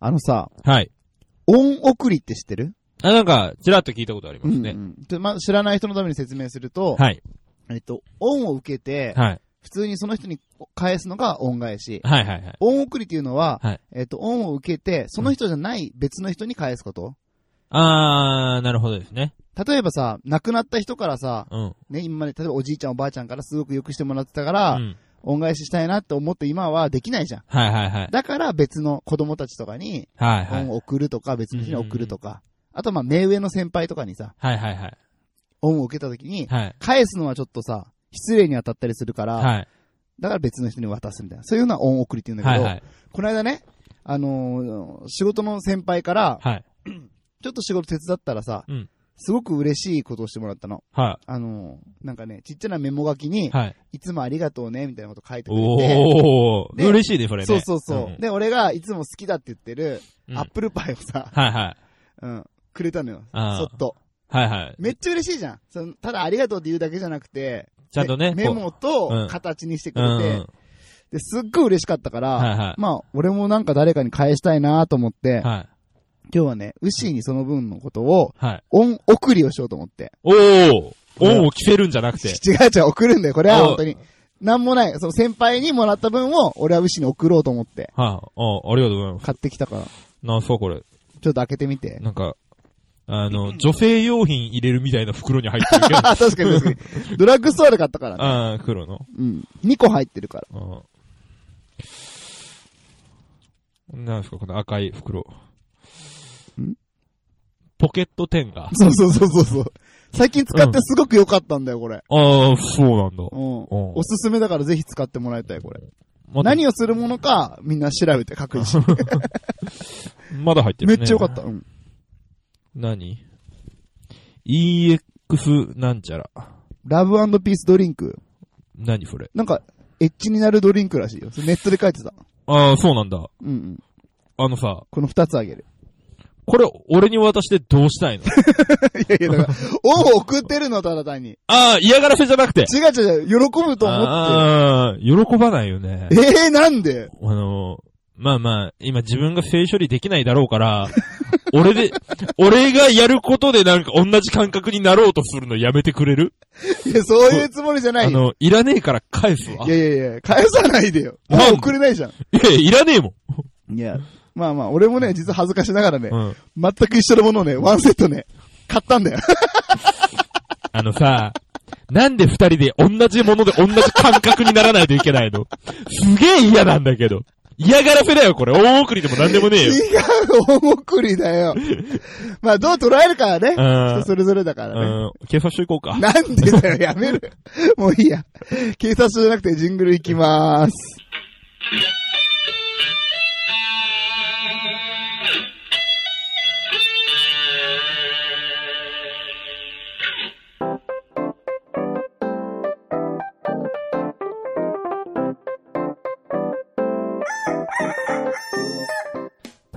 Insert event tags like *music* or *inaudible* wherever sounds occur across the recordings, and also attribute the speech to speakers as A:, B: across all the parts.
A: あのさ、
B: はい。
A: 音送りって知ってる
B: あ、なんか、ちらっと聞いたことありますね
A: う。んうんちょまあ、知らない人のために説明すると、
B: はい。
A: えっと、音を受けて、
B: はい。
A: 普通にその人に返すのが恩返し。
B: はいはいはい。
A: 音送りっていうのは、
B: はい
A: えっと、音を受けて、その人じゃない別の人に返すこと。
B: あー、なるほどですね。
A: 例えばさ、亡くなった人からさ、
B: うん。
A: ね、今まで、例えばおじいちゃんおばあちゃんからすごくよくしてもらってたか
B: う
A: ら、
B: ん。
A: 恩返ししたいなって思って今はできないじゃん。
B: はいはいはい。
A: だから別の子供たちとかに、
B: はいはい
A: 恩。を送るとか、別の人に送るとか、あとまあ、目上の先輩とかにさ、
B: はいはいはい。
A: 恩を受けた時に、
B: はい。
A: 返すのはちょっとさ、失礼に当たったりするから、
B: はい。
A: だから別の人に渡すみたいな。そういうのは恩送りって言うんだ
B: は
A: け
B: い
A: ど、
B: はい。
A: この間ね、あのー仕事の先輩から、
B: はい。
A: ちょっと仕事手伝ったらさ、
B: うん
A: すごく嬉しいことをしてもらったの。
B: は
A: あのーなんかね、ちっちゃなメモ書きに、
B: い。はい。
A: いつもありがとうね、みたいなこと書いてくれ
B: おー。
A: で
B: 嬉しいね、それ
A: て。
B: ね。
A: そうそうそう。
B: ん
A: で、俺がいつも好きだって言ってる、
B: うん
A: アップルパイを
B: *laughs*
A: さ、
B: はいはい。
A: うん、くれたのよ。
B: あー
A: そっと。
B: はいはい。
A: めっちゃ嬉しいじゃん。そのただありがとうって言うだけじゃなくて、
B: ちゃんとね。
A: メメ
B: こ
A: モ
B: う
A: と
B: ん
A: 形にしてく
B: うう
A: れ
B: ん
A: て、
B: うん。
A: で、すっごい嬉しかったから、
B: はいは
A: まあ、俺もなんか誰かに返したいなと思って、
B: い。はい。
A: 今日はね、ウシーにその分のことを、
B: はい。
A: 恩送りをしようと思って。
B: おー。恩を着せるんじゃなくて。
A: 違う違う、送るんだよ。これは
B: お
A: 本当に。なんもない。その先輩にもらった分を、俺はウシーに送ろうと思って、
B: はい。おありがとうございます。
A: 買ってきたから、ち
B: なんすかこれ。
A: ょっと開けてみて。
B: なんか、あの、女性用品入れるみたいな袋に入ってるけど。
A: あ、確かに確かに。ドラッグストアで買ったからね。
B: ああ、黒の。
A: うん。2個入ってるから。
B: うん。なんですか、この赤い袋。
A: ん
B: ポケットテンガ。
A: そうそうそうそうそう。最近使ってすごく良かったんだよ、これ。
B: ああ、そうなんだ。
A: うん。
B: お
A: おすすめだからぜひ使ってもらいたい、これ。
B: まだ、
A: 何をするものか、みんな調べて確認して。
B: まだ入ってる、
A: め
B: ね。
A: っちゃ良かった。。うん。
B: 何 ?EX なんちゃら。
A: ラブピースドリンク。
B: 何それ。
A: なんか、エッチになるドリンクらしいよ。それネットで書いてた。
B: ああ、そうなんだ。
A: うんうん。
B: あのさ、
A: この二つあげる。
B: これ、俺に渡してどうしたいの *laughs*
A: いやいや、だ *laughs* から、恩を送ってるの、ただ単に。
B: ああ、嫌がらせじゃなくて。
A: 違う違う、喜ぶと思っ
B: ああ、喜ばないよね。
A: て。ええー、なんで
B: あの、まあまあ、今自分が性処理できないだろうから、 *laughs* 俺で、俺がやることでなんか同じ感覚になろうとするのやめてくれる
A: いや、そういうつもりじゃな
B: あ
A: いよ。
B: の、いらねえから返すわ。
A: い
B: い
A: や
B: や
A: いやいや、返さないでよ。
B: なんで
A: 恩を送れないじゃん。
B: いや、いらねえもん。
A: いや、まあまあ、俺もね、実は恥ずかしながらね、
B: うん。
A: 全く一緒のものをね、ワンセットね、買ったんだよ。
B: あのさ、なんで二人で同じもので同じ感覚にならないといけないのすげえ嫌なんだけど。嫌がらせだよ、これ。大送りでもなんでもねえ
A: *laughs*
B: よ。
A: 違う、大送りだよ。まあ、どう捉えるかはね、
B: うん
A: 人それぞれだか
B: う
A: らね。
B: ん、警察署行こうか。
A: *laughs* なんでだよ、やめる。もういいや。警察署じゃなくてジングル行きまーす。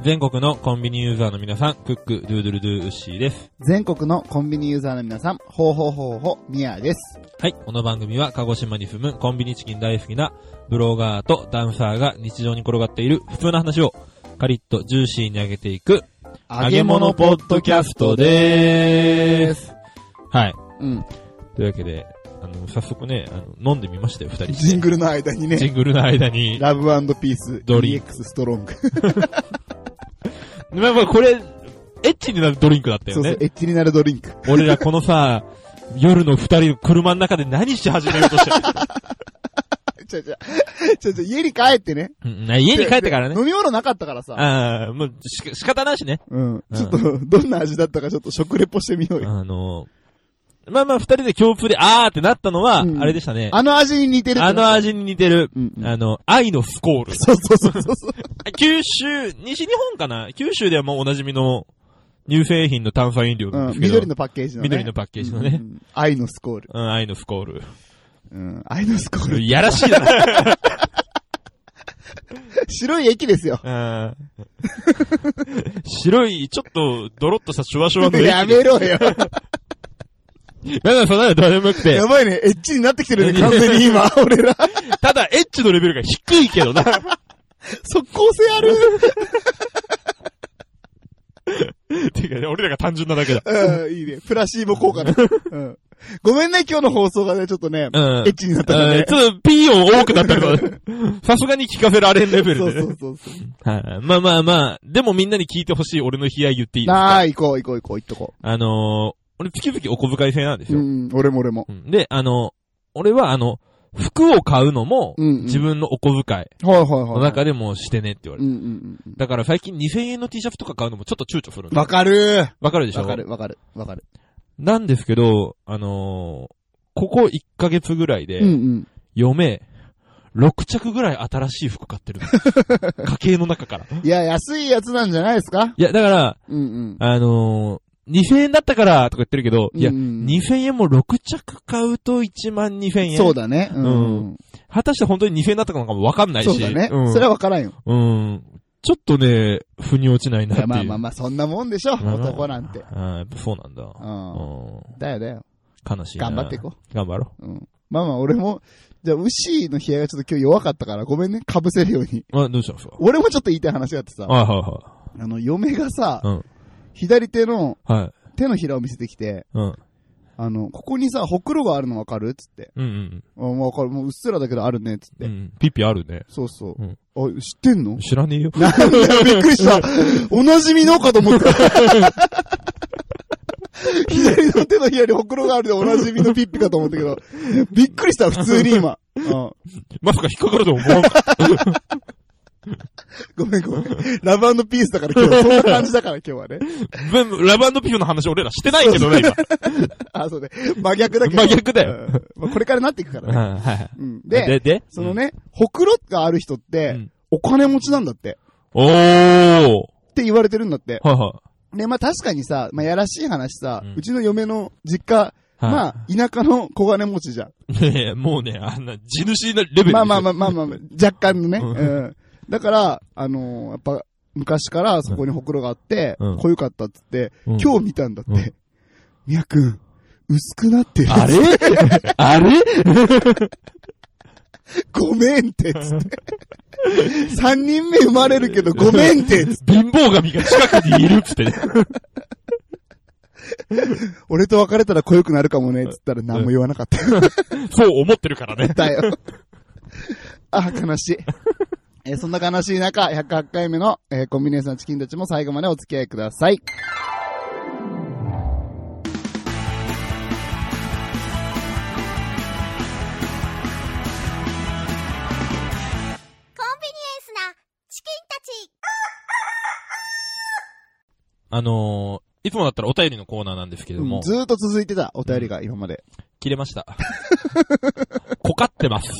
B: 全国のコンビニユーザーの皆さん、クック、ドゥードゥルドゥウッシーです。
A: 全国のコンビニユーザーの皆さん、ほうほうほうほう、ミヤです。
B: はい。この番組は鹿児島に住むコンビニチキン大好きなブロガーとダンサーが日常に転がっている普通の話をカリッとジューシーに上げていく揚げ物ポッドキャストでーす。はい。
A: うん。
B: というわけで、あの、早速ね、あの飲んでみましたよ、
A: *laughs*
B: 二人して。
A: ジングルの間に
B: ジ
A: ね、
B: ングルの
A: *laughs*
B: 間に。
A: ラブピース、
B: ドリン
A: EX ストロング。
B: まあまあこれ、エッチになるドリンクだった
A: そ
B: よ
A: うそう、エ
B: ね。
A: ッチになるドリンク。
B: 俺らこのさ、夜の二人の車の中で何し始めよう
A: *laughs*
B: としてる。
A: ちょちょ、ちょちょ、家に帰ってね。
B: うんな家に帰ってからね。
A: 飲み物なかったからさ。
B: ああ、もうしか仕方ないしね。
A: うん。ちょっと、どんな味だったかちょっと食レポしてみようよ。
B: *laughs* あの、まあまあ二人で共通で、あーってなったのは、
A: うん
B: あれでしたね。
A: あの味に似てるって
B: あの味に似てる、
A: うんうん
B: あの、愛のスコール。
A: そうそうそうそうそう。
B: 九州、西日本かな九州ではもうおなじみの乳製品の炭酸飲料なん
A: う
B: で
A: ん、
B: すけど。
A: 緑のパッケージのね。
B: 緑のパッケージのね
A: うん。うん愛のスコール。
B: うん、愛のスコール。
A: うん、愛のスコール。
B: やら
A: *laughs*
B: しいな。
A: 白い駅ですよ。
B: うん白い、ちょっと、ドロッとしたシュワシュワの液。
A: やめろよ。
B: まあまあそんなのどうでもよくて
A: や。ばいね。エッチになってきてるね、完全に
B: *laughs*
A: 今、俺ら。
B: ただ、エッチのレベルが低いけどな。
A: 速攻性ある。
B: 違う、俺らが単純なだけだ。
A: うん、いいね。プラシーボ効果ね。うん。ごめんね、今日の放送がね、ちょっとね、
B: うん
A: エッチになったから
B: うん
A: ね。
B: ちょっと P 音多くなった
A: *laughs*
B: からね、さすがに聞かせられんレベル
A: そう
B: でね。
A: そうそうそう。
B: はいまあまあまあ、でもみんなに聞いてほしい俺の悲哀言っていいで
A: な
B: すか
A: あ、行こう行こう行こう行っとこ
B: あのー、俺月々お小遣い制なんです
A: う。う
B: よ。
A: ん、俺も俺も。
B: うんで、あの、俺はあの、服を買うのも、
A: うん、うん。
B: 自分のお小遣い
A: はいはいはい。
B: の中でもうしてねって言われ
A: う
B: て。
A: んうんうん。
B: だから最近2000円の T シャツとか買うのもちょっと躊躇するんだ
A: わかる
B: わかるでしょ
A: わかるわかるわかる。
B: なんですけど、あのーここ1ヶ月ぐらいで、
A: うんうん。
B: 嫁、6着ぐらい新しい服買ってる。
A: *laughs*
B: 家計の中から。い
A: いや、安いやつなんじゃないですか
B: や、だから、
A: うんうん。
B: あのー2000円だったからとか言ってるけど、いや、
A: うん
B: 2000円も6着買うと1万2000円。
A: そうだね。うん
B: う果たして本当に2000円だったのかもわかんないし。
A: そうだね。
B: うん
A: それはわからんよ。
B: うん。ちょっとね、腑に落ちないなっ
A: いや、
B: ていう。
A: まあまあまあ、そんなもんでしょ。
B: まあまあ
A: 男なんて。
B: あーやっぱそうなんだ。
A: う。
B: うんん。
A: だよだよ。
B: 悲しいな。
A: 頑張っていこ
B: 頑張ろ
A: う。うん。まあまあ、俺も、じゃあ、ウッシーの冷えがちょっと今日弱かったから、ごめんね、被せるように。
B: う。あ、どうしたんですか
A: 俺もちょっと言いたい話があってさ、
B: はいは
A: あの、嫁がさ、
B: うん
A: 左手の、
B: いはい。はい。
A: 手のひらを見せてきて、
B: うん。
A: あの、ここにさ、ほくろがあるのわかるっつって。
B: うんうん
A: あ、まあわかる。もううっすらだけどあるね、つって。
B: うん。うん。ピッピあるね。
A: そうそう。
B: うん
A: あ、知ってんの
B: 知らねえよ。
A: なんだよ、 *laughs* びっくりした。おなじみのかと思
B: *laughs*
A: った。左の手のひらにほくろがあるでおなじみのピッピかと思ったけど、びっくりした、普通に
B: *laughs*
A: 今。うん
B: まさか引っかかると思わんかった。
A: ごめんごめん。ラブピースだから今日、そんな感じだから今日はね。
B: 全部ラブピフの話俺らしてないけどね、今。
A: あ、そうね。真逆だけど。
B: 真逆だよ
A: うん。まあこれからなっていくからね。
B: はいはい。
A: うん、
B: で、
A: で、
B: で
A: その。ね、ほくろがある人っ
B: う
A: て、
B: ん
A: お金持ちなんだって。
B: おー
A: って言われてるんだって。
B: はいは
A: で、まあ確かにさ、まあやらしい話さ、
B: う
A: うんちの嫁の実家、
B: い。はい
A: まあ、田舎の小金持ちじゃん。
B: ねえ、もうね、あんな、地主なレベル。
A: まあまあま
B: あ。
A: あまあまあまあ、若干のね。
B: うん
A: うん。だから、あのーやっぱ、昔からそこにほくろがあって、
B: うん
A: 濃ゆかったっつって、
B: うん
A: 今日見たんだっ
B: うん
A: て。みやくん、薄くなってる。 *laughs*
B: あれあれ
A: ごめんって、つって。 *laughs* 三人目生まれるけど、ごめんって、つって。
B: 貧乏神が近くにいるっつってね。
A: 俺と別れたら濃ゆくなるかもね、つったら何も言わなかった。
B: そう思ってるからね。
A: だよ。あ、悲しい。えーそんな悲しい中、108回目の、えーコンビニエンスなチキンたちも最後までお付き合いください。
C: コンビニエンスなチキンたち
B: あのー、いつもだったらお便りのコーナーなんですけど
A: う
B: も
A: ん、ずーっと続いてた、お便りが今まで。
B: 切れました。こかってます。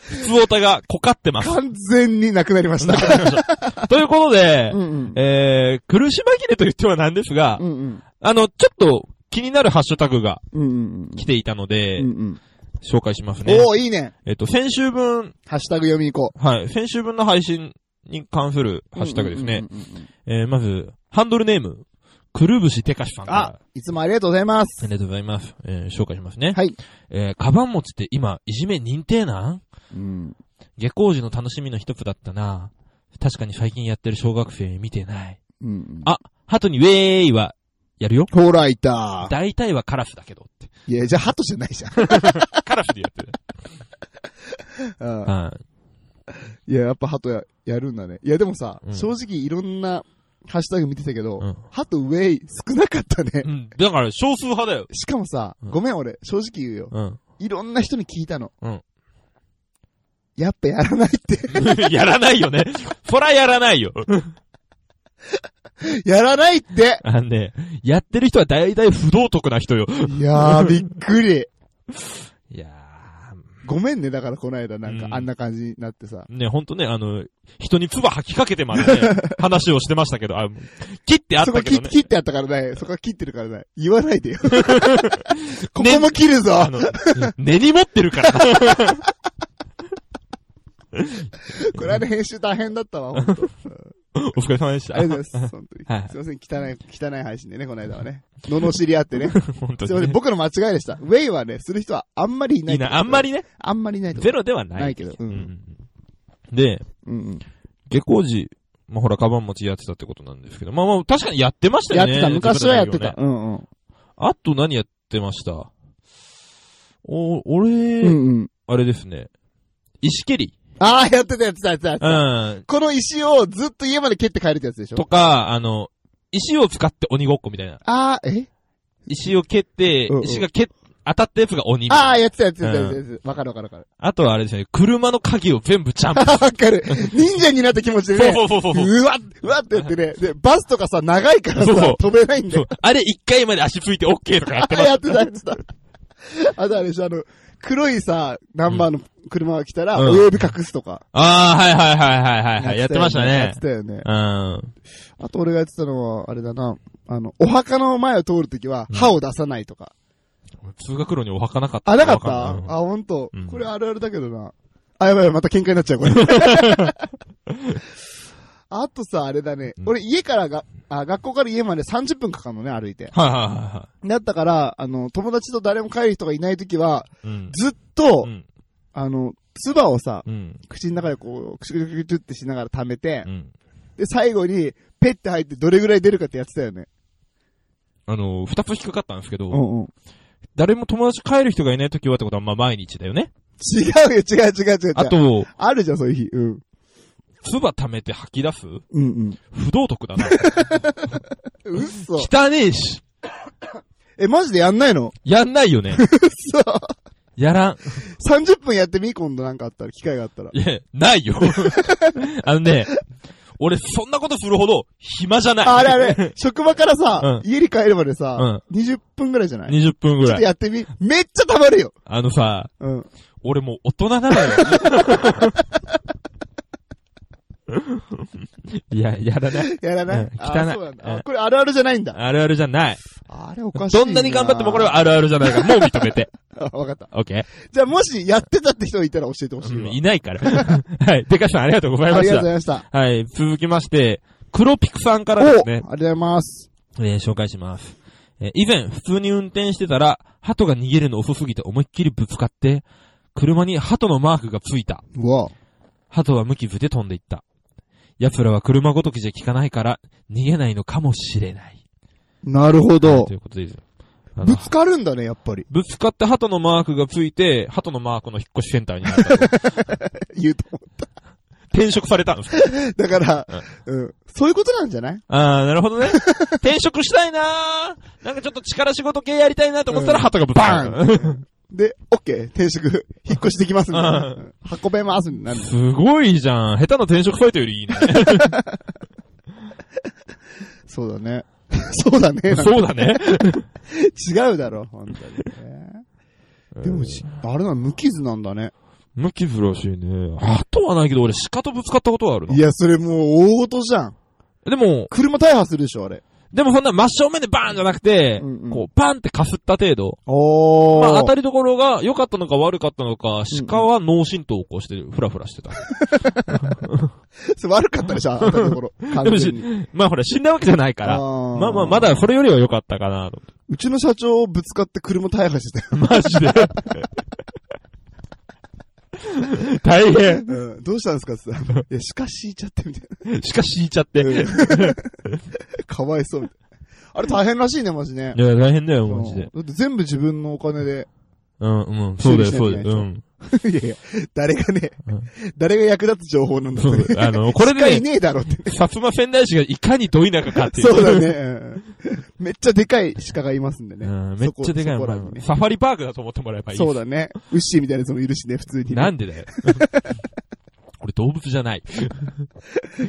B: 普通おたがこかってます。
A: 完全になくなりました。
B: ということで、
A: うんうん。
B: えー、苦し紛れと言ってはなんですが、
A: うんうん。
B: あの、ちょっと気になるハッシュタグが
A: うんうん
B: 来ていたので、
A: うん。うん
B: 紹介します
A: うん。
B: ね。
A: おー、いいね。
B: えっと、先週分、
A: ハッシュタグ読みに行こ
B: はい、先週分の配信に関する
A: う。
B: ハッシュタグですね。
A: うんうんうんうん。
B: えー、まず、ハンドルネーム、くるぶしテカシさんから。
A: あ、いつもありがとうございます
B: あ。りがとうございます。えー、紹介しますね。
A: はい。
B: えー、カバン持ちって今、いじめ認定なん
A: うん。
B: 下校時の楽しみの一つだったな。確かに最近やってる小学生見てない。
A: うん。
B: あ、鳩にウェーイは、やるよ。
A: ほら、いた。
B: 大体はカラスだけどって。
A: いや、じゃあ、ハトじゃないじゃん。
B: カラスでやってる。
A: うん
B: *laughs* はい。
A: いや、やっぱハトや、やるんだね。いや、でもさ
B: う、ん
A: 正直いろんなハッシュタグ見てたけど
B: うん、
A: ハトウェイ少なかったね
B: う。ん。だから、少数派だよ。
A: しかもさ、
B: うん
A: ごめん俺、正直言うよ。
B: うん。 *laughs*
A: いろんな人に聞いたの。
B: うん
A: やっぱやらないって。 *laughs*
B: やらないよね。そらやらないよ。
A: やらないって
B: あのね、やってる人は大体不道徳な人よ。
A: *laughs* いやー、
B: *laughs*
A: びっくり。
B: いや
A: ごめんね、だからこの間なん
B: う
A: か
B: ん
A: あんな感じになってさ。
B: ー。ね、ほんとね、あの、人に唾吐きかけてまで
A: *laughs*
B: ね、話をしてましたけど、あ、切ってあっ
A: そこ
B: たけ
A: 切
B: ど
A: っ
B: ね。
A: 切ってあったからね、そこは切ってるからね、言わないで
B: *laughs*
A: よ。ここも切るぞ、
B: あの、根に持ってるから。
A: *laughs* これはね、編集大変だった
B: *laughs*
A: わ、本当
B: お疲れ様でした。
A: ありがとうございます、本当に。
B: はい
A: すいません、汚い、汚い配信でね、この間はね。罵り合ってね。
B: *laughs* 本当
A: すいません、
B: にね。
A: 僕の間違いでした。ウェイはね、する人はあんまりいないっ
B: い
A: てこと
B: な、あんま。りね、
A: あんまりいないと思
B: ゼロではない。
A: ないけど
B: う
A: うん
B: ん。で、
A: う。うんうん。
B: 下校時、まあほら、カバン持ちやってたってことなんですけど、まあまあ、確かにやってました
A: や
B: よ
A: っ
B: ね。
A: てた。昔はやってた。
B: ね
A: うんうん。
B: あと何やってましたお、俺、
A: うんうん。
B: あれですね。石蹴り。
A: ああ、やってた、やってた、やってたやって
B: う
A: た。
B: ん。
A: この石をずっと家まで蹴って帰るってやつでしょ
B: とか、あの、石を使って鬼ごっこみたいな。
A: ああ、え
B: 石を蹴って
A: うんう、ん
B: 石が蹴っ、当たったやつが鬼みたいな。
A: ああ、やってた、やってた、やってたやつ。わかるわかるわかる。
B: あとはあれですね、車の鍵を全部ジャンプ。
A: わかる。忍者になった気持ちでね。
B: そうそうそうそう。
A: うわっ、うわってやってね。で、バスとかさ、長いから
B: そうそ
A: さ
B: う、
A: 飛べないんだ
B: そう
A: よ。
B: あれ一回まで足ついて OK とかやって
A: あ、
B: ま
A: *laughs*
B: し
A: やってた、やってた。あとあれでしょ、あの、黒いさ、ナンバーの車が来たら、
B: うん
A: 親指隠すとか。
B: ああ、はいはいはいはいはいはい。やってました
A: や
B: ね
A: って。たよね。
B: うん。
A: あと俺がやってたのは、あれだな。あの、お墓の前を通るときは、
B: うん
A: 歯を出さないとか。
B: 通学路にお墓なかった。
A: あ、なかっ
B: わん
A: たあ、ほんと
B: うん。
A: これあるあるだけどな。あ、やばいやばい、また喧嘩になっちゃう、これ。
B: *laughs*
A: あとさ、あれだね
B: う。ん
A: 俺、家からが、あ、学校から家まで30分かかるのね、歩いて。
B: はいはいはいは
A: だったから、あの、友達と誰も帰る人がいないときは、
B: い。うん。
A: ずっと、
B: うん。
A: あの、唾をさ、
B: うん。
A: 口の中でこう、クシュクシュクシュってしながら溜めて
B: う、ん。
A: で、最後に、ペッて入ってどれぐらい出るかってやってたよね。
B: あの、二つ引っかかったんですけ
A: う
B: ど、
A: んうん。
B: 誰も友達帰る人がいない時はってことは、まあ毎日だよね。
A: 違うよ、違う違う違う違う。
B: あと、
A: あるじゃん、そういう日。うん。
B: 唾溜めて吐き出す
A: うん
B: 不道徳だな。
A: うん。嘘。
B: 汚ねえし。
A: え、マジでやんないの
B: やんない
A: *laughs*
B: よね。
A: 嘘。
B: やらん。
A: 30分やってみ今度なんかあったら、機会があったら。
B: いや、ないよ。 *laughs* あのね、俺そんなことするほど暇じゃない。
A: あれあれ、職場からさ、
B: *laughs* う
A: 家に帰るまでさ、20分ぐらいじゃないち
B: ?20 分ぐ
A: ょっ
B: ら
A: と
B: い。
A: やってみめっちゃ溜まるよ。
B: あのさ、
A: うん。
B: 俺もう大人なの
A: *laughs*
B: よ。いや、やらない。
A: やらな
B: う
A: い
B: ん
A: あ
B: 汚い
A: そうなん
B: う
A: だ。
B: ん
A: あこれあるあるじゃないんだ。
B: あるあるじゃない。
A: あれおかしい。
B: どんなに頑張ってもこれは。あるあるじゃないから、もう認めて。
A: あ、わかった。
B: オッケ
A: じゃあもしやってたって人いたら教えてほしい
B: ー。
A: わ。
B: いないから。 *laughs* はい。でかしさんありがとうござい
A: あ
B: ま
A: り
B: し
A: がとうござ
B: た。
A: いました。
B: はい。続きまして、黒ピクさんか
A: お
B: ら
A: あり
B: で
A: が
B: す
A: とう
B: ね、
A: ございます。
B: えー紹介します。えー以前、普通に運転してたら、鳩が逃げるの遅すぎて思いっきりぶつかって、車に鳩のマークがついた。
A: うわ。
B: 鳩は無傷で飛んでいった。奴らは車ごときじゃ効かないから、逃げないのかもしれない。
A: なるほ
B: はい
A: ど
B: とい。うことです。あの
A: ぶつかるんだね、やっぱり。 *laughs*
B: ぶつかって鳩のマークがついて、鳩のマークの引っ越しセンターになったと。
A: 言うと思
B: *laughs* 転職されたんですか
A: う。だから、うん。そういうことなんじゃない
B: ああ、なるほどね。転職したいなーなんかちょっと力仕事系やりたいなと思ったら
A: うん
B: 鳩がバーン、
A: *laughs* で、オッケー、転
B: *laughs*
A: 職、引っ越しできますみたいな
B: う
A: 運べますみたいな。
B: すごいじゃん。下手な転職サイトよりいいね。
A: そうだね。 *laughs* そうだね。なん
B: *laughs*
A: か
B: そうだね。
A: 違うだろ、本当にね。 *laughs* でもし、あれな、無傷なんだね。
B: 無傷らしいね。あとはないけど、俺鹿とぶつかったことはあるの
A: い。や、それもう大事じゃん。
B: でも、
A: 車大破するでしょ、あれ。
B: でもそんな真正面でバーンじゃなくて、
A: うんうん
B: こう、バーンってかすった程度。
A: お
B: まあ、当
A: た *laughs*
B: たりどころが良かったのか悪かったのか、鹿は脳震盪を起こして、フラフラし
A: *laughs*
B: てた。
A: 悪かったでしょ、当たりどころ。完
B: *laughs* でも
A: 全
B: し
A: に。、
B: まあほら、死んだわけじゃないから。
A: あー
B: まあまあ、まだそれよりは良かったかなと。
A: うちの社長ぶつかって車大破
B: *laughs*
A: してたよ。
B: マジ
A: *laughs*
B: で。大変。
A: うんどうしたんですかって言
B: *laughs*
A: ったら、いや、しかしいちゃってみたい
B: 鹿死いちゃって。
A: う
B: い
A: んな。かわいそうみたいな。あれ大変らしいね、マジね。
B: や、大変だよ、
A: うん
B: マジで。
A: だって全部自分のお金で。
B: うん、うん、そうだよ、
A: 修
B: そう
A: 理しなきゃいけないで。し
B: だよう
A: ょ
B: ん。
A: *laughs* いやいや、誰がね
B: うん、
A: 誰が役立つ情報なんだ
B: そ
A: ろ
B: う
A: うね。
B: だよあの、これ
A: しか
B: で
A: い
B: ね、
A: ねえだろって。
B: 薩摩仙台市がいかにどいなかかっていう。
A: そうだね。うんめっちゃでかい鹿がいますんでね。
B: うん、めっちゃでか
A: そこそこ
B: いも
A: らに
B: ん。
A: ね
B: サファリパークだと思ってもらえばいい。
A: そうだね。ウッシーみたいなやつもいるしね、普通にね。
B: なんでだよ。 *laughs* 俺動物じゃ
A: *laughs*
B: ない。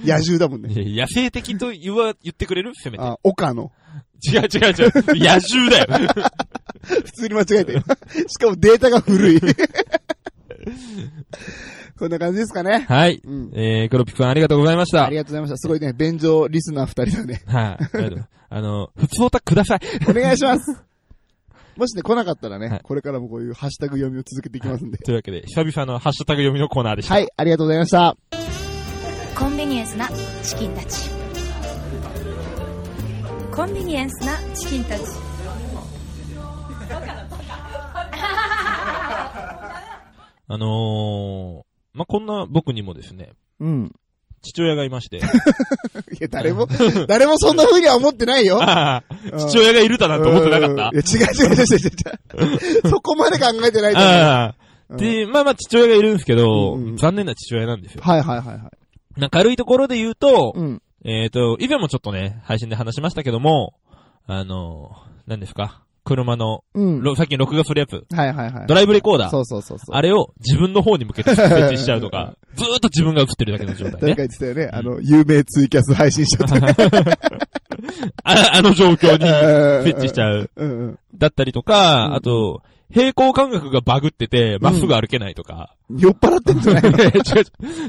A: 野獣だもんね。
B: いや野生的と言わ、言ってくれるせめて。
A: あ、岡の。
B: 違う違う違う。野獣だよ。
A: *laughs* 普通に間違えて
B: *laughs*
A: る。しかもデータが古い。こんな感じですかね。
B: はい。
A: うん。
B: えー、黒ピクさんありがとうございました。
A: ありがとうございました。すごいね、便乗リスナー二人だね。
B: はい、ありがとうございます。あの、普通オタください。
A: お願いし
B: *laughs*
A: ます。もしね、来なかったら
B: は
A: ね
B: い、
A: これからもこういうハッシュタグ読みを続けていきますんで。
B: というわけで、久々のハッシュタグ読みのコーナーでした。
A: はい、ありがとうございました。
D: コンビニエンスなチキンたちコンビニエンスなチキンたち
B: あのー、まあ、こんな僕にもですね、
A: うん。
B: 父親がいま
A: *laughs*
B: して。
A: いや、誰も、誰もそんな風には思ってないよ。
B: あ
A: う
B: あ、
A: ん
B: 父親がいるだなんて思ってなか
A: うん
B: った
A: いや、違う違う違う違う違う。そこまで考えてないと思う
B: あ
A: う
B: あ。
A: ん
B: で、まあまあ父親がいるんですけど、
A: うんうん
B: 残念な父親なんですよ。
A: はいはいはいはい。
B: な軽いところで言うと、
A: うん。
B: えっ、と、以前もちょっとね、配信で話しましたけども、あの、何ですか車の、
A: うん。
B: ろさっき録画するやつ、
A: はいはいはい。
B: ドライブレコーダー。
A: そうそうそうそう。
B: あれを自分の方に向けて設置しちゃう
A: *laughs*
B: とか、ずーっと自分が映ってるだけの状態
A: 誰か。
B: ね
A: 言ってたよね。あの、有名ツイキャス配信者とか。
B: *laughs* あ *laughs* あの状況に
A: 設
B: 設置しちゃう。
A: うんうん。
B: だったりと
A: うん
B: か、あと、平行感覚がバグってて、まっすぐ歩けないとか。 *laughs*
A: 酔っ払ってんじゃない
B: 違う違う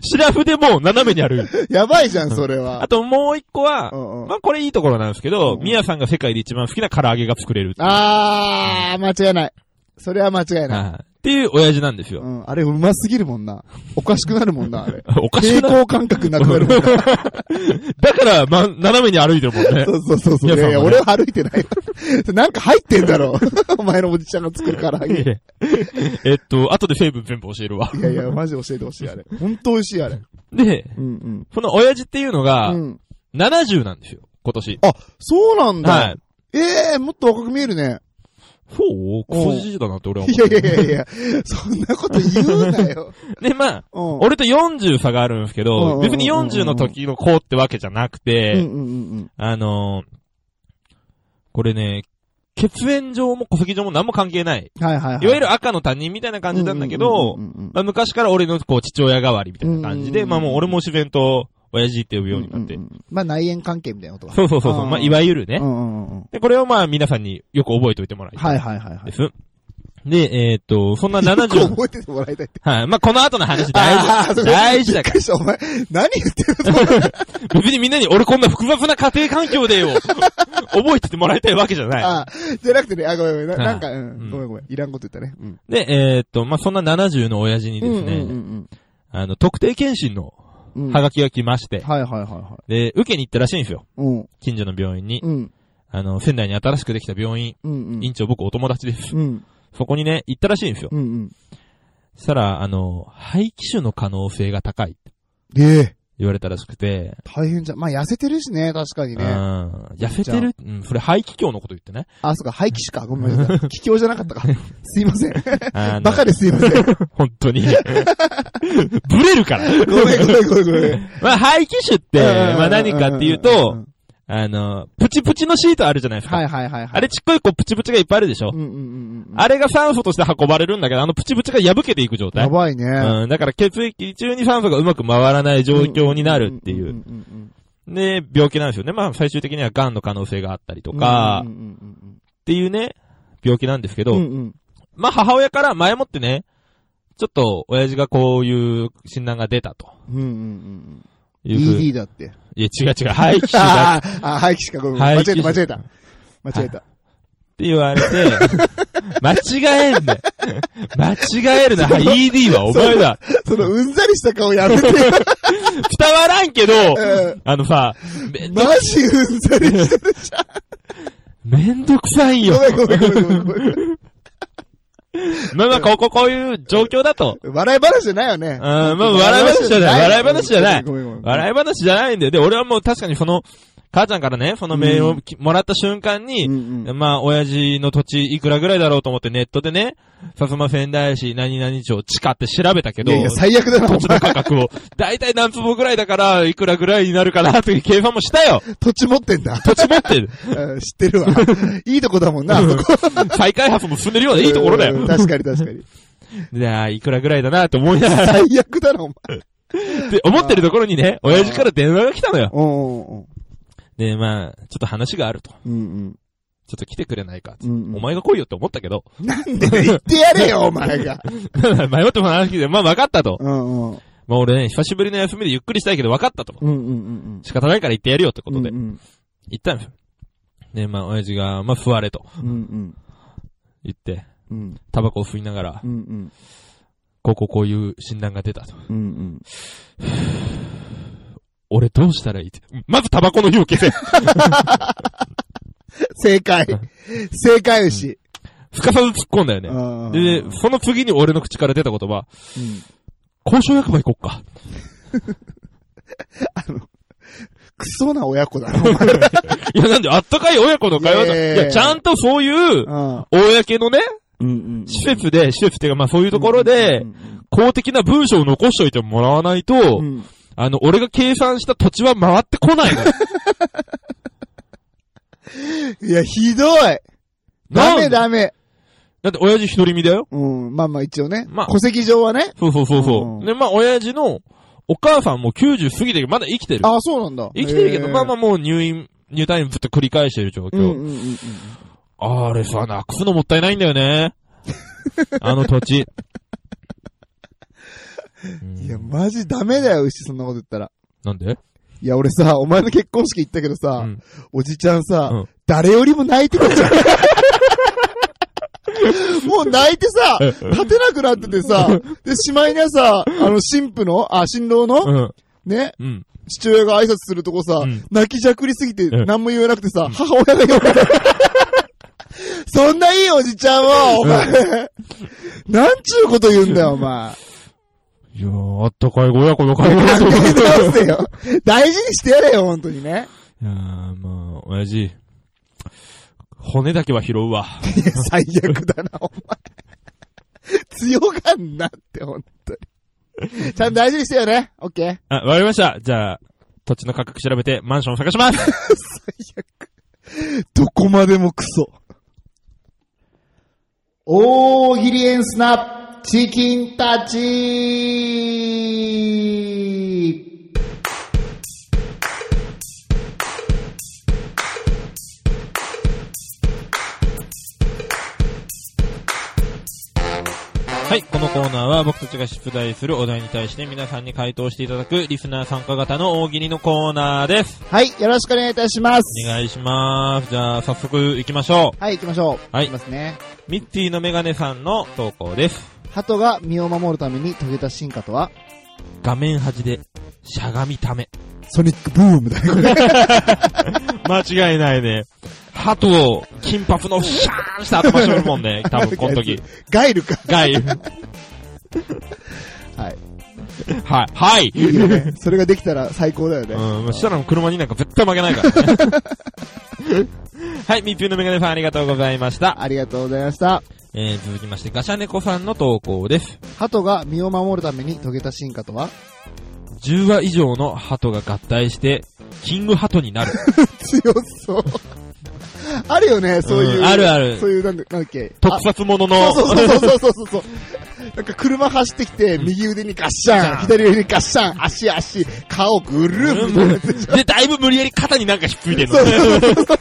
B: シラフでもう斜めにある。
A: やばいじゃん、それ
B: あ
A: は。
B: ともう一個
A: う
B: は、
A: んうん
B: まあこれいいところなんですけど、
A: うん
B: ミヤさんが世界で一番好きな唐揚げが作れるっていう。
A: あー、間違いない。それは間違いない。
B: はいっていう親父なんです
A: う
B: よ。
A: ん。あれ、うますぎるもんな。おかしくなるもんな、あれ。
B: おかし
A: 平
B: くない
A: 行感覚なくなるもんな。
B: *laughs* だから、ま、斜めに歩いてるもんね
A: そ。うそうそうそう。
B: 皆
A: い
B: さんもね
A: やいや、俺は歩いてないよ。 *laughs* なんか入ってんだろ。 *laughs* お前のおじちゃんが作るから。い
B: えっと、後で成分全部教えるわ。
A: やいや、マジ教えてほしい、あれ。ほんと美味しい、あれ。
B: で、
A: うん
B: この親父っていうの
A: う
B: が、
A: ん。うん。
B: 70なんですよ、今年。
A: あ、そうなんだ。
B: はい。
A: ええもっと若く見えるね。
B: そうこじじだなって俺は思
A: い
B: って
A: やいやいやいや、そんなこと言うな
B: *laughs*
A: よ。
B: で、まあ、
A: うん。
B: 俺と40差があるんですけ
A: うんうんうん
B: ど、
A: うん
B: 別に40の時の子ってわけじゃなく
A: うんう
B: て、
A: んうん
B: あのー、これね、血縁上も戸籍上も何も関係ない。
A: うん。はいはいはい。
B: いわゆる赤の他人みたいな感じなんだけど
A: うん、うんうんうん
B: まあ、昔から俺のこう父親代わりみたいな感じ
A: う
B: で、
A: ん
B: まあもう俺も自然と親父って呼ぶようになっ
A: う
B: て
A: ん。うんうんまあ内縁関係みたいなことが。
B: そうそうそう、そ
A: あ
B: う
A: ー
B: まあいわゆるね
A: う。んうんうんうん。
B: で、これをまあ皆さんによく覚えておいてもらいた
A: はいいはいはいは
B: で
A: い。
B: す。で、えーっと、そんな
A: よく
B: 70、
A: 覚えててもらいたいって。
B: はい、まあこの後の話大
A: あー
B: 事、大事だから。。
A: そうびっくりしたお前、何言ってる
B: *laughs* 別にみんなに俺こんな複雑な家庭環境
A: *laughs*
B: でよ、覚えててもらいたいわけじゃな
A: あーじゃなくてね、あ、ごめんごめん。な
B: はい
A: なんか、う
B: うんん
A: ごめんごめん。いらんこと言ったね。うん。
B: い。で、えーっと、まあ、そんな70の親父にです
A: う
B: ね、
A: んうん
B: あの、特定検診の
A: うんうん。は
B: ハ
A: い
B: ガキが来まして、
A: はいはいは
B: で、受けに行ったらしいんですよ。
A: い。うん。
B: 近所の病院に。
A: うん。
B: あの、仙台に新しくできた病院、
A: うんうん。
B: 院長僕お友達です。
A: うん。
B: そこにね、行ったらしいんですよ。
A: うんうん。
B: そしたら、あの、肺気腫の可能性が高いって
A: で、
B: 言われたらしくて、
A: 大変じゃん。まあ痩せてるしね、確かに
B: う
A: ね。
B: ん、痩せてるうん、それ肺気胸のこと
A: *laughs*
B: 言ってね。
A: あ、そうか、廃棄しか。ごめん
B: *laughs*
A: なさい。聞きようじゃなかったか。すいません。
B: あの
A: バカですいません。
B: 本当に。 *laughs* ブレるから。
A: ごめんごめんごめんごめん。
B: まあ、肺気腫って、まあ何かってい
A: う
B: う
A: んうん
B: と、あの、プチプチのシートあるじゃないですか。
A: はいはいはいはい。
B: あれちっこいこうプチプチがいっぱいあるでしょ
A: う。んうんうんうん。
B: あれが酸素として運ばれるんだけど、あのプチプチが破けていく状
A: や
B: 態。
A: ばいね。
B: うん、だから血液中に酸素がうまく回らない状況になるってい
A: ん
B: う。
A: んんん。
B: で、病気なんですよね。まあ最終的には癌の可能性があったりと
A: と
B: か
A: う、ん
B: っていうね、病気なんですけ
A: うんうん
B: ど、まあ母親から前もってね、ちょっと親父がこういう診断が出たと
A: うんうんうんうん。
B: いうふうに
A: ED だって。
B: いや、違う違う、肺気腫だ
A: あ
B: っ
A: ーあー、廃棄しかごめん。間違
B: 廃
A: えた
B: 棄し
A: 間違えた。間違えた。
B: て言
A: *laughs*
B: われて、間違えんなよ。間違えるな、ED *laughs* はお前だ。
A: そのうんざりした顔やめ
B: *laughs*
A: てよ。
B: 伝わらんけど
A: ん、
B: あのさ、めんど
A: マジうんざりしてる。
B: めんどくさいよ
A: ご。めんごめんごめんごめんごめん。
B: まあまあ、こうこうこういう状況だと。
A: 笑い話じゃないよね。
B: うん、まあ笑い話じゃない。笑い話じゃない。
A: ごめんごめん。
B: 笑い話じゃないんだよ。で、俺はもう確かにその、母ちゃんからね、そのメールをきもらった瞬間に、
A: うんうん
B: まあ、親父の土地いくらぐらいだろうと思ってネットでね、薩摩仙台市何々町地下って調べたけ
A: い
B: ど、
A: やいや、最悪だな、お
B: 土地の
A: 前。
B: 価格を、だいたい何坪ぐらいだから、いくらぐらいになるかなという計算もしたよ
A: 土地持ってんだ。
B: 土地持ってる
A: うん知ってるわ。いいとこだ *laughs* もんな、あそこ。
B: 再開発も進んでるようないいところだ
A: う
B: よ
A: ん。確かに確かに。
B: じゃあ、いくらぐらいだなと思いながら、
A: 最悪だな、お前。
B: って思ってるところにね、親父から電話が来たのよ。
A: お
B: で、まあ、ちょっと話があると。
A: うんうん。
B: ちょっと来てくれないか。
A: うんうん
B: お前が来いよって思ったけど、 *laughs*
A: なんで言ってやれよ、お前が。
B: 迷っても話聞いて、まあ分かったと。
A: うんうん。
B: まあ俺ね、久しぶりの休みでゆっくりしたいけど分かったと。
A: うんうんうん。
B: 仕方ないから行ってやるよってことで
A: う、ん
B: 行ったんですよ。で、まあ親父が、まあ座れと
A: うん。うん
B: 言って、
A: うん。うん
B: タバコを吸いながら
A: う、ん
B: こうこうこういう診断が出たと。
A: うん。うん
B: 俺どうしたらいいって。まずタバコの火を消せ。
A: 正解。正解牛。
B: すかさず突っ込んだよね。
A: あー
B: で、その次に俺の口から出た言葉、
A: うん
B: 交渉役場行こっか。
A: あの、クソな親子だな、お前ら
B: いや、なんで、あったかい親子の会話
A: いやいや
B: だ。
A: い
B: い
A: や
B: や、ちゃんとそういう、公のね、
A: うん。うんうん。
B: 施設で、施設っていうか、まあそういうところで
A: う、ん
B: 公的な文章を残しといてもらわないと、
A: うんうん、
B: あの、俺が計算した土地は回ってこ
A: *laughs*
B: ないの。
A: いや、ひどいダ
B: なんで
A: メダメ
B: だって、親父独り身だよ。
A: うん、まあまあ一応ね。
B: まあ
A: 戸籍上はね。
B: そうそうそう
A: う
B: そ
A: ん
B: う。で、まあ、親父の、お母さんも90過ぎて、まだ生きてる。
A: ああ、そうなんだ。
B: 生きてるけど、
A: へー
B: まあまあもう入院、入退院ずっと繰り返してる状
A: うんうん
B: 況。
A: うんうん。
B: あれさ、なくすのもったいないんだ
A: *laughs*
B: よね。あの土地。
A: いや、マジダメだよ、牛、そんなこと言ったら。
B: なんで
A: いや、俺さ、お前の結婚式行ったけどさ、
B: うん
A: おじちゃんさ、
B: うん
A: 誰よりも泣いてた
B: *laughs*
A: じゃん。もう泣いてさ、立てなくなっててさ、で、しまいにはさ、あの、新婦の、あ、新郎の、
B: うん。
A: ね、
B: うん。
A: 父親が挨拶するとこさ、
B: うん
A: 泣きじゃくりすぎて、
B: うん
A: 何も言えなくてさ、母親が言われた。そんないいおじちゃんを、お前、なんちゅうこと言うんだよ、お
B: *laughs*
A: 前。
B: いやー、あったかい親子の会話だと
A: *laughs* 考
B: 思う。
A: え直せよ。大事にしてやれよ、本当にね。
B: いやー、まあ、親父。骨だけは拾うわ。
A: いや、 *laughs* 最悪だな、お前。強がんなって、本当に。ちゃんと大事にしてよね。オッケー。
B: あ、わかりました。じゃあ、土地の価格調べてマンションを探します。
A: どこまでもクソ。大喜利エンスナチキンたち
B: はい、このコーナーは僕たちが出題するお題に対して皆さんに回答していただくリスナー参加型の大喜利のコーナーです。
A: はい、よろしくお願いいたします。
B: お願いします。じゃあ、早速行きましょ
A: はい、行きましょう。
B: はい
A: 行きますね。
B: う。ミッティのメガネさんの投稿です。
A: 鳩が身を守るために遂げた進化とは
B: 画面端で、しゃがみため。
A: ソニックブームだよ、これ。
B: 間違いないね。ハトを、金髪のシャーンした頭しるも
A: *laughs*
B: んね。多分、この時。
A: ガイルか。
B: ガイ。
A: はい。
B: はい。はい。
A: いいよね。それができたら最高だよね。
B: うん、そしたらもう車になんか絶対負けないからね。
A: *laughs*
B: はい、ミッピューのメガネさんありがとうございました。
A: ありがとうございました。
B: えー、続きまして、ガシャネコさんの投稿です。
A: 鳩が身を守るために遂げた進化とは *laughs*
B: 10羽以上の鳩が合体して、キングハト
A: *laughs*
B: になる。
A: 強そう。あるよね、そういう。
B: うんあるある
A: そういう、なんだなんだっけ。あ
B: 特撮ものの、
A: そうそうそうそうそうそう。なんか車走ってきて、右腕にガッシャン、左腕にガッシャン、足足、顔ぐるんみたいなやつでしょ。
B: で、だいぶ無理やり肩になんかひっついてる
A: そう
B: の。
A: そうそう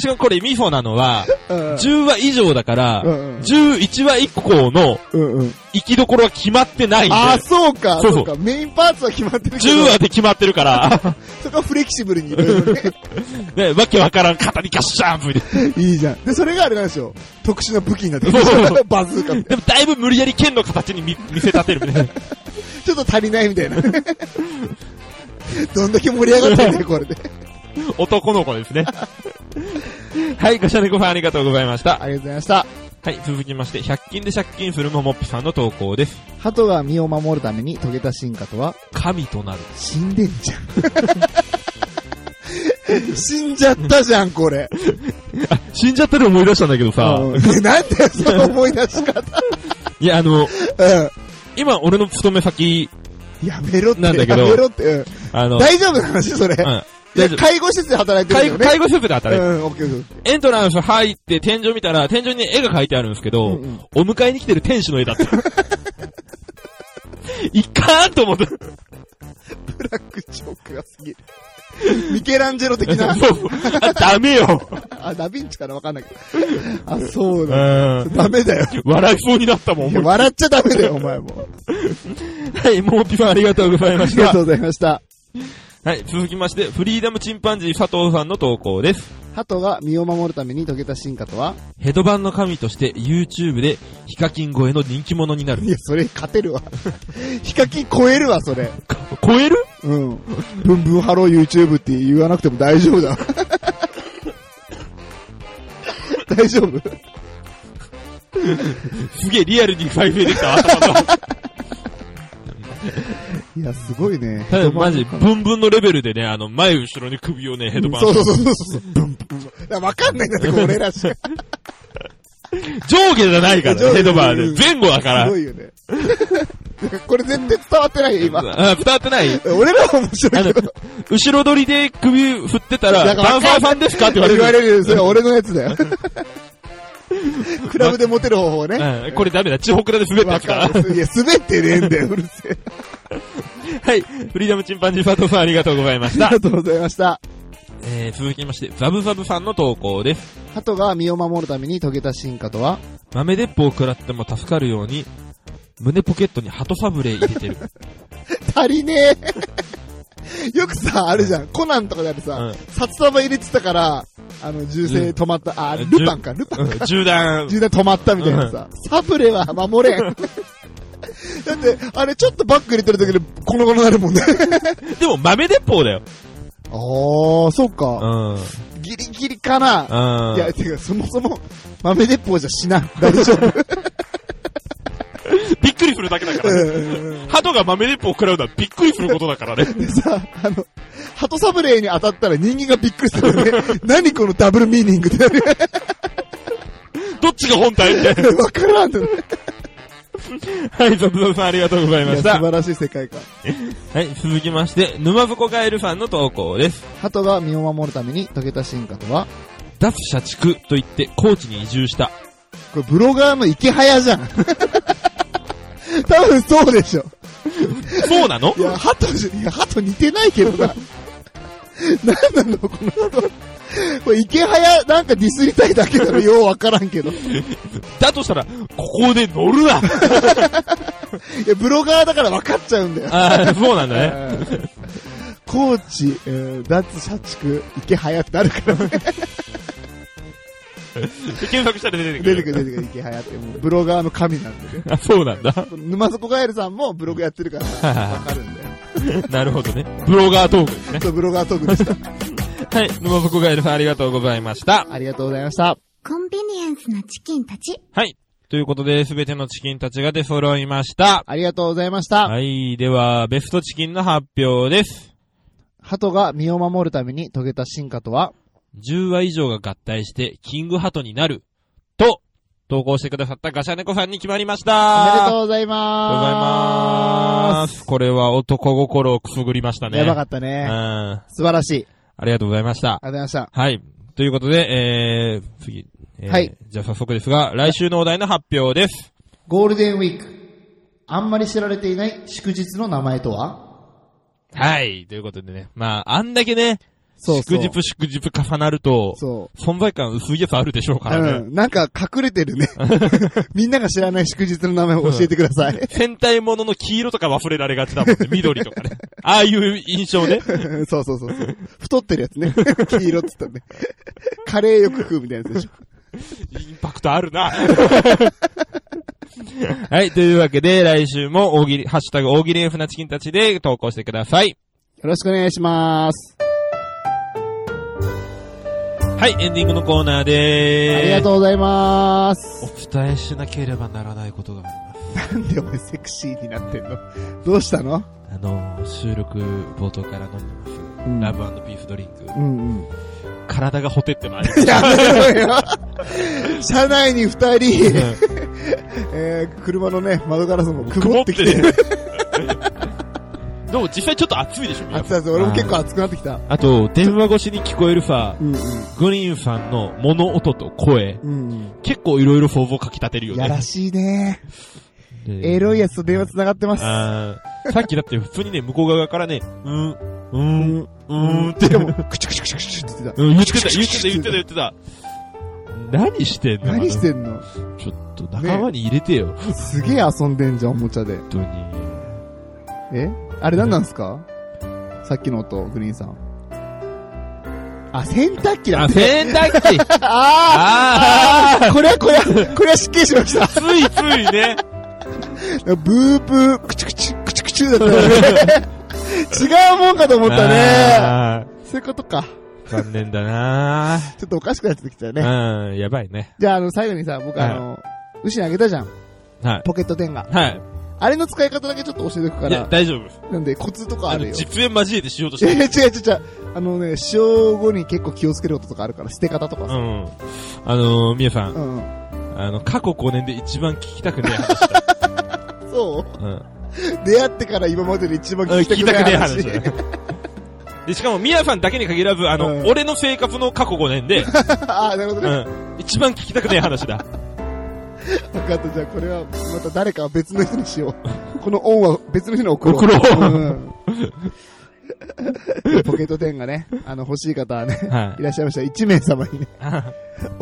B: しかもこれミソなのは、
A: うん
B: 10羽以上だか
A: う
B: ら、
A: んうん
B: 11羽以降の
A: うんうん。
B: 生きどころは決まってないんで、
A: あー、そうか、
B: そ
A: そ
B: うそう
A: うか。メインパーツは決まってるけど。
B: 10羽で決まってるから、
A: そこはフレキシブルにいろいろね。
B: *laughs* ね、わけわからん肩にガッシャンみたいない
A: いじゃん。で、それがあれなんですよ。特殊な武器になってる
B: そうそうそう
A: バズーカみたい
B: でもだいぶ無理やり剣の形に見見せ立てるみたいな。
A: な。ちょっと足りないみた
B: *laughs*
A: いな。どんだけ盛り上がったんだよ、これで。
B: 男の子ですね。はい、ガシャネコさんありがとうございました。
A: ありがとうございました。
B: はい、続きまして、100均で借金するももっぴさんの投稿です。
A: 鳩が身を守るために遂げた進化とは
B: 神となる。
A: 死んでんじゃ
B: *laughs*
A: ん。死んじゃったじゃん、これ。
B: 死んじゃったで思い出したんだけど
A: うんねなんだよ、その思い出し方。
B: いや、あの、
A: う
B: 今俺の勤め先、
A: ん。やめろって。
B: なんだけど
A: やめろって。うん
B: あの、
A: 大丈夫な話、それ。
B: うん、大
A: いや
B: 丈夫。
A: 介護施設で働いてるん
B: 介護
A: だよね。
B: 介護施設で働いてる、
A: うん、オッケーオッケ
B: エントランス入って天井見たら、天井に絵が描いてあるんですけど、
A: うんうん
B: お迎えに来てる天使の絵だった。 *laughs* いかんと思って。
A: ー。ブラックジョークがすぎる。ミケランジェロ的な。
B: そうそうあダメよ。
A: あ、ダヴィンチからわかんないけど。あ、そう
B: う
A: だ。
B: ん。
A: ダメだよ。
B: 笑いそうになったもん、
A: い
B: 思
A: や
B: い
A: 笑っちゃダメだよ、お前も。
B: はい、モーピさんありがとうござい
A: あ
B: まし
A: りが
B: た
A: と。うございました。
B: はい、続きまして、フリーダムチンパンジー佐藤さんの投稿です。
A: 鳩が身を守るために遂げた進化とは *laughs*
B: ヘドバンの神として YouTube でヒカキン超えの人気者になる
A: い。や、それ勝てるわ。 *laughs* ヒカキン超えるわ、それ。
B: 超える
A: うん。ブンブンハロー YouTube って言わなくても大丈夫だわ。 *laughs* 大丈夫
B: すげえリアルに再生できた頭と。
A: いや、すごいね。
B: ただ *laughs* マジ、ブンブンのレベルでね、あの、前後ろに首をね、ヘッドバン。
A: そうそうそうそうそう。ブンブンブンだからわかんないんだって、これ俺らしか。
B: 上下じゃないから
A: 上
B: ね、
A: 下
B: ヘッドバーで。前後だ *laughs* から。
A: すごいよね。 *laughs* これ全然伝わってないよ、
B: *laughs*
A: 今。
B: あ、伝わってない
A: 俺らは面白
B: あ
A: い
B: の
A: けど。、
B: 後ろ取りで首振ってたら、
A: なんか
B: ダンサーさんですかって言われる。
A: 言われるよ、それは俺のやつだ
B: *laughs*
A: よ。クラブでモテる方法ね。
B: うん、これダメだ、地方倉で滑ったや
A: わ
B: つ
A: か
B: か。
A: る。 *laughs* いや、滑ってねえんだ
B: *laughs*
A: よ、うるせえ。
B: はい、フリーダムチンパンジー佐藤さんありがとうございま
A: あ
B: し
A: りが
B: た。
A: とうございました。
B: えー、続きまして、ザブザブさんの投稿です。
A: 鳩が身を守るために遂げた進化とは
B: 豆鉄砲を食らっても助かるように、胸ポケットに鳩サブレー入れてる。
A: *laughs* 足りねえ。よ *laughs* くさ、あるじゃん。コナンとかである
B: うん
A: さ、札束入れてたから、あの、銃声止まった、あ、
B: うん
A: ルパンか、ルパンか。
B: 銃弾。
A: 銃弾止まったみたいなさ、サブレは守れ
B: *laughs*
A: ん。だって、あれちょっとバック入れてるだけで、この子になるもんね。
B: でも豆鉄砲だよ。
A: あー、そっ
B: う
A: か。
B: ん。うん。
A: ギリギリかな。いや、
B: ビ
A: てか、そもそも、豆鉄砲じゃ死なん。大丈夫。
B: っくりするだけだからね。鳩が豆鉄砲を食らうのはびっくりすることだからね。
A: でさ、あの、鳩サブレーに当たったら人間がびっくりするよね。 *laughs* 何このダブルミーニングって。
B: どっちが本体みたいな。
A: わからんって。い
B: *laughs* はい、ゾブゾブさんありがとうございま
A: や
B: し
A: 素
B: た。
A: 晴らしい世界観。
B: はい、続きまして、沼底ガエルさんの投稿です。
A: 鳩が身を守るために遂げた進化とは
B: 脱社畜と言って高知に移住した。
A: これブロガーの池早じゃん。 *laughs* 多分そうでしょ。
B: そうなの
A: いや、鳩じゃ、いや、鳩似てないけどな。なんなのこの鳩。これ池早なんかディスりたいだけだろ。ようわからんけど。い
B: だとしたら、ここで乗るな
A: や、ブロガーだからわかっちゃうんだよ。
B: *laughs* あ *laughs* あ、そうなんだね。
A: えー *laughs* 高知、えー脱社畜、池早ってなるからね。
B: 検索したら出てく
A: 出
B: る。
A: てくる出てくる池早って。もうブロガーの神なんでね。
B: あ、そうなん *laughs* だ。
A: 沼底ガエルさんもブログやってる
B: *laughs*
A: から、わかるんだよ。
B: なるほどね。ブロガートークですね。
A: そう、ブロガートークでした。
B: はい、沼底ガエルさんありがとうございました。
A: ありがとうございました。
D: コンビニエンスなチキンたち。
B: はい。ということで、すべてのチキンたちが出揃いました。
A: ありがとうございました。
B: はい。では、ベストチキンの発表です。
A: 鳩が身を守るために遂げた進化とは
B: 10話以上が合体して、キングハトになる。と、投稿してくださったガシャネコさんに決まりました。
A: おめでと
B: う
A: うござい
B: ござい
A: ま。
B: ますす。これは男心をくすぐりましたね。
A: やばかった
B: う
A: ね。
B: ん。
A: 素晴らしい。
B: ありがとうございました。
A: ありがとうございました。
B: はい。ということで、えー、次。えー
A: はい。
B: じゃあ早速ですが、来週のお題の発表です。
A: ゴールデンウィーク。あんまり知られていない祝日の名前とは
B: はい。ということでね。まあ、あんだけね、
A: そうそう。
B: 祝日祝日重なると、
A: そう。
B: 存在感薄いやつあるでしょうからね。
A: うん、なんか隠れてるね。 *laughs* みんなが知らない祝日の名前を教えてください。 *laughs*
B: 戦隊ものの黄色とか忘れられがちだもんね。 *laughs* 緑とかね。ああいう印象ね。
A: そうそうそうそう。太ってるやつね。黄色っつったね。カレーよく食うみたいなやつでしょ。
B: インパクトあるな。 *laughs* はい。というわけで、来週も大喜利、ハッシュタグ大喜利エフなチキンたちで投稿してください。
A: よろしくお願いします。
B: はい。エンディングのコーナーでー
A: あ
B: す。
A: りがとうございます。
B: お伝えしなければならないことがあります。
A: なんでお前セクシーになってんのどうしたの
B: あの、収録冒頭から飲んでます。
A: ん
B: ラブビーフドリンク。
A: うんうん。
B: 体がほてってまいりま
A: やめろよ車内に二人、
B: す。
A: えー、車のね、窓ガラスも *laughs* 曇
B: 曇
A: っ
B: って
A: き
B: てき
A: て
B: て。 *laughs* でも実際ちょっと暑いでしょ、みんな
A: 暑い暑い。俺も結構暑くなってきた。
B: あと、電話越しに聞こえるさ、
A: うん
B: グリーンさんの物音と声、
A: うん。うん
B: 結構いろいろ想像かき立て
A: う
B: るよ
A: ん。
B: ね。
A: やらしいね。
B: で
A: エロいやつと電話繋がってます。
B: あーさっきだって普通にね、向こう側からね、うん、う、
A: うんん。
B: うんって、
A: でも、クチュクチュクチュクチュって言って
B: うん、言ってた、言ってた、言ってた、言ってた。何してん
A: た。
B: の
A: 何してんの
B: ちょっと仲間に入れてよ、
A: すげえ遊んでんじゃん、おもちゃで。
B: 本当に。
A: えあれ何なんすかさっきの音、グリーンさん。あ、洗濯機だ
B: あ、。洗濯機
A: あ
B: あ
A: ーあーこれはこれは、これは失敬しました
B: あ。ついついね。
A: ブーブー、クチュクチュ、クチュクチュだったね。違うもんかと思ったね。
B: あ
A: そういうことか。
B: ー残念だな
A: ちょっとおかしくなってきたね。
B: うん、やばいね。
A: じゃあ、あの、最後にさ、僕
B: はい
A: あの、牛にあげたじゃん。
B: はい。
A: ポケット10が。
B: はい。
A: あれの使い方だけちょっと教えておくか
B: いや、
A: ら。
B: 大丈夫です。
A: なんで、コツとかあ
B: あ
A: る
B: の、
A: よ。
B: 実演交えてしようとし
A: いや
B: て
A: *laughs* 違う
B: *laughs* る。
A: 違う違う。あのね、使用後に結構気をつけることとかあるから、捨て方とか
B: う
A: さ。
B: ん。あのー、みやさん、
A: うん。
B: あの、過去5年で一番聞きたくねえ *laughs* 話だ。
A: そう
B: うん。
A: 出会ってから今までで一番
B: うん
A: 聞
B: 聞
A: き
B: き
A: たく
B: たく
A: な
B: ね
A: い
B: え
A: 話
B: 話。で、しかも、みやさんだけに限らず、あの、
A: うん
B: 俺の生活の過去5年で、
A: *laughs* ああ、なるほど
B: う
A: ね。わ、
B: ん。一番聞きたくねえ話だ。
A: かった。じゃあこれはまた誰かは別の人にし
B: *laughs*
A: よう。この恩は別の人に送ろう。
B: 送ろ
A: うんポケット10がね、あの欲しい方はね、
B: はい
A: らっしゃいましたら1名様にね、
B: い。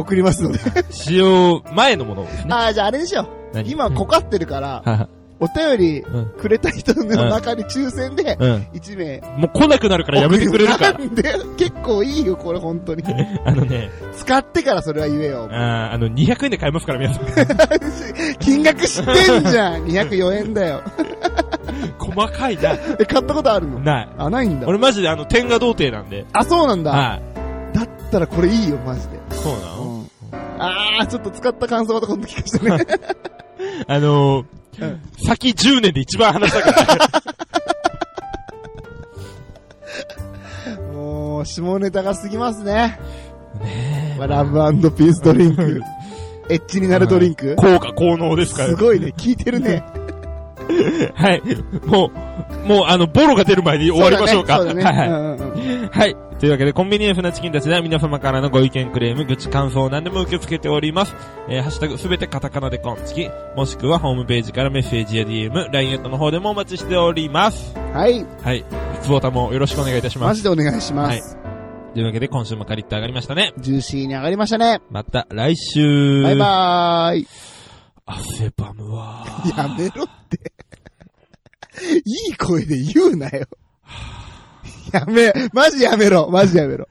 A: 送りますので。
B: 使用前のものを。
A: ああ、じゃああれにしよう。
B: 何
A: 今、こかってるから、
B: は
A: お便り
B: い。うん。
A: くれた人の中に抽選で、
B: うん。
A: 1名。
B: もう来なくなるからやめてくれる *laughs* から
A: な。んで結構いいよ、これ本
B: *laughs*
A: 当に。
B: あのね、
A: 使ってからそれは言えよ。
B: あーあの、200円で買えますから、皆さん。
A: 金額知ってんじゃん !204 円だよ。
B: 細かいな。
A: え、買ったことあるの
B: ない。
A: あ、ないんだ。
B: 俺マジであの、天下童貞なん *laughs* で。
A: あ、そうなんだ。
B: は
A: だったらこれいいよ、マジで。
B: い。そうな
A: う
B: の
A: ん。あー、ちょっと使った感想また今度聞かせてね。
B: あの
A: う
B: ー
A: ん
B: 先10年で一番話したから。 *laughs*
A: もう、下ネタが過ぎますね。
B: ね
A: まあラブピースドリンク。エッチになるドリンク。
B: 効果、効能ですから。
A: すごいね、聞いてるね。
B: はい。もう、もう、あの、ボロが出る前に *laughs* 終わりましょうか。
A: そうだね。
B: はい、はい
A: うんうんうん
B: はい。というわけで、コンビニエンスなチキンたちでは皆様からのご意見、クレーム、愚痴、感想、何でも受け付けております。えー、ハッシュタグすべてカタカナでコンチキ、もしくはホームページからメッセージや DM、LINE アットの方でもお待ちしております。
A: はい。
B: はい。ツボタもよろしくお願いいたしま
A: マ
B: す。
A: ジでお願いします。
B: というわけで、今週もカリッと上がりましたね。
A: ジューシーに上がりましたね。
B: また来週。
A: バイバーイ。
B: 汗ばむわ
A: *laughs*
B: ー。
A: やめろ *laughs* って。いい声で言うなよ。やめ、マジやめろ、マジやめろ。